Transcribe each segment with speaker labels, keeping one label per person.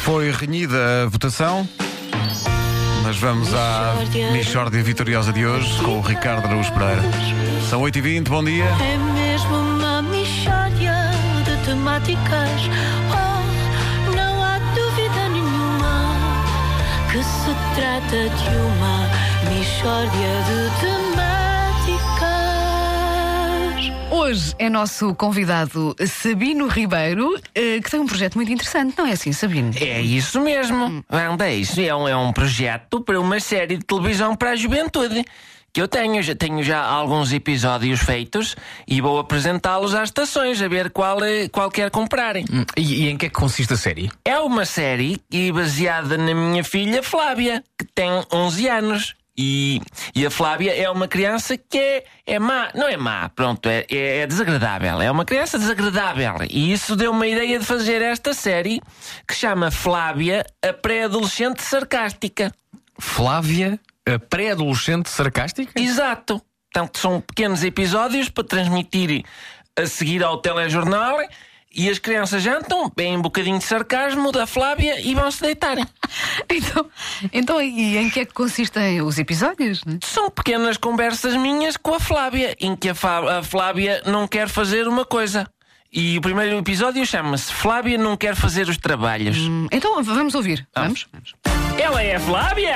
Speaker 1: Foi renhida a votação. Mas vamos à Michórdia Vitoriosa de hoje com o Ricardo Araújo Pereira. São 8h20, bom dia.
Speaker 2: É mesmo uma mixória de temáticas. Oh, não há dúvida nenhuma que se trata de uma mixória de temáticas.
Speaker 3: Hoje é nosso convidado Sabino Ribeiro, eh, que tem um projeto muito interessante, não é assim, Sabino?
Speaker 4: É isso mesmo. Anda, isso é um, é um projeto para uma série de televisão para a juventude. Que eu tenho, já tenho já alguns episódios feitos e vou apresentá-los às estações a ver qual, eh, qual quer comprarem.
Speaker 5: E, e em que é que consiste a série?
Speaker 4: É uma série e baseada na minha filha Flávia, que tem 11 anos. E, e a Flávia é uma criança que é, é má. Não é má, pronto, é, é, é desagradável. É uma criança desagradável. E isso deu uma ideia de fazer esta série que chama Flávia, a pré-adolescente sarcástica.
Speaker 5: Flávia, a pré-adolescente sarcástica?
Speaker 4: Exato. Portanto, são pequenos episódios para transmitir a seguir ao telejornal. E as crianças jantam, bem um bocadinho de sarcasmo da Flávia e vão se deitarem.
Speaker 3: Então, então, e em que é que consistem os episódios? né?
Speaker 4: São pequenas conversas minhas com a Flávia, em que a, Fa- a Flávia não quer fazer uma coisa. E o primeiro episódio chama-se Flávia não quer fazer os trabalhos.
Speaker 3: Hum, Então vamos ouvir.
Speaker 4: Ah.
Speaker 3: Vamos? Vamos.
Speaker 4: Ela é a Flávia,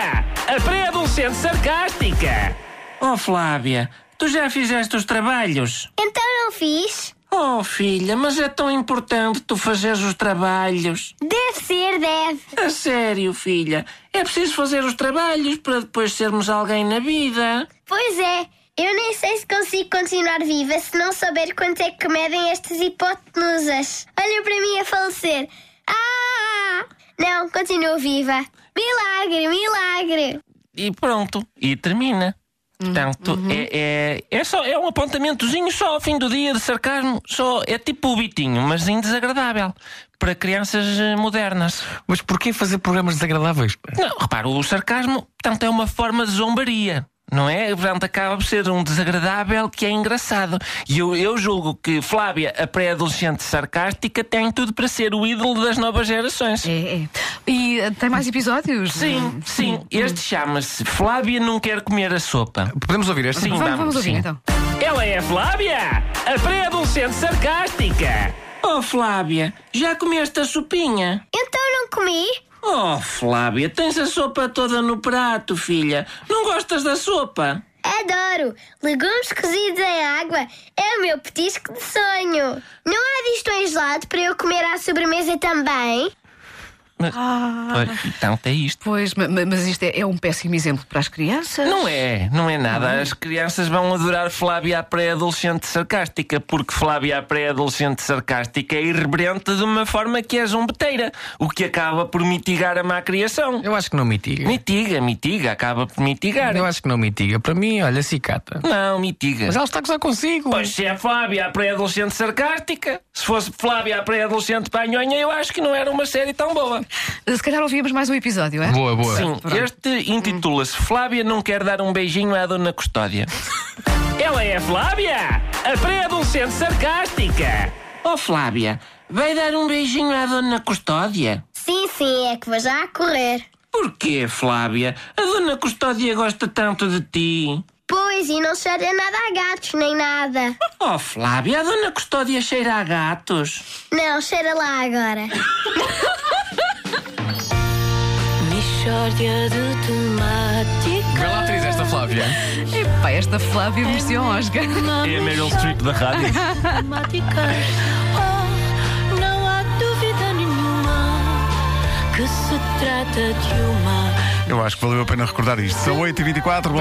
Speaker 4: a pré-adolescente sarcástica. Oh, Flávia, tu já fizeste os trabalhos?
Speaker 6: Então não fiz?
Speaker 4: Oh, filha, mas é tão importante tu fazeres os trabalhos.
Speaker 6: Deve ser, deve.
Speaker 4: A sério, filha, é preciso fazer os trabalhos para depois sermos alguém na vida.
Speaker 6: Pois é, eu nem sei se consigo continuar viva se não souber quanto é que medem estas hipotenusas. Olha para mim a falecer. Ah! Não, continuo viva. Milagre, milagre.
Speaker 4: e pronto, e termina. Portanto,
Speaker 3: Uhum.
Speaker 4: é, é, é, só, é um apontamentozinho só ao fim do dia de sarcasmo, só é tipo o bitinho, mas em desagradável para crianças eh, modernas.
Speaker 5: Mas porquê fazer programas desagradáveis?
Speaker 4: Não, repara, o sarcasmo, portanto, é uma forma de zombaria. Não é? Portanto, acaba por ser um desagradável que é engraçado. E eu, eu julgo que Flávia, a pré-adolescente sarcástica, tem tudo para ser o ídolo das novas gerações.
Speaker 3: É, Uhum. é. E eh, tem mais episódios? Hum,
Speaker 4: Sim, sim. Este chama-se Flávia não quer comer a sopa.
Speaker 5: Podemos ouvir este?
Speaker 4: Sim,
Speaker 3: Vamos, vamos ouvir
Speaker 4: sim.
Speaker 3: então.
Speaker 4: Ela é a Flávia, a pré-adolescente sarcástica. Oh, Flávia, já comeste a sopinha?
Speaker 6: Então não comi?
Speaker 4: Oh, Flávia, tens a sopa toda no prato, filha. Não gostas da sopa?
Speaker 6: Adoro! Legumes cozidos em água é o meu petisco de sonho. Não há disto em gelado para eu comer à sobremesa também?
Speaker 5: Ah.
Speaker 4: Olha, então é isto.
Speaker 3: Pois, ma- ma- mas isto é, é um péssimo exemplo para as crianças.
Speaker 4: Não é, não é nada. As crianças vão adorar Flávia a pré-adolescente sarcástica, porque Flávia a pré-adolescente sarcástica é irreverente de uma forma que é zombeteira, o que acaba por mitigar a má criação.
Speaker 5: Eu acho que não mitiga.
Speaker 4: Mitiga, mitiga, acaba por mitigar.
Speaker 5: Eu acho que não mitiga. Para mim, olha, cicata.
Speaker 4: Não, mitiga.
Speaker 5: Mas ela está a gozar consigo.
Speaker 4: Pois se é Flávia a pré-adolescente sarcástica, se fosse Flávia a pré-adolescente panhonha, eu acho que não era uma série tão boa.
Speaker 3: Se calhar ouvíamos mais um episódio, é?
Speaker 5: Boa, boa.
Speaker 4: Sim, este intitula-se Flávia não quer dar um beijinho à dona Custódia. Ela é a Flávia, a pré-adolescente sarcástica. Oh Flávia, vai dar um beijinho à dona Custódia?
Speaker 6: Sim, sim, é que vou já correr.
Speaker 4: Porquê, Flávia? A dona Custódia gosta tanto de ti.
Speaker 6: Pois, e não cheira nada a gatos nem nada.
Speaker 4: Oh Flávia, a dona Custódia cheira a gatos.
Speaker 6: Não, cheira lá agora.
Speaker 2: Mixórdia de temáticas.
Speaker 5: Bela atriz esta Flávia.
Speaker 3: Epá, esta Flávia mereceu um Oscar.
Speaker 2: Uma
Speaker 5: é
Speaker 4: É Streep da rádio.
Speaker 2: matemáticas. Oh, não há dúvida nenhuma que se trata de uma
Speaker 1: Eu acho que valeu a pena recordar isto. São 8h24, bom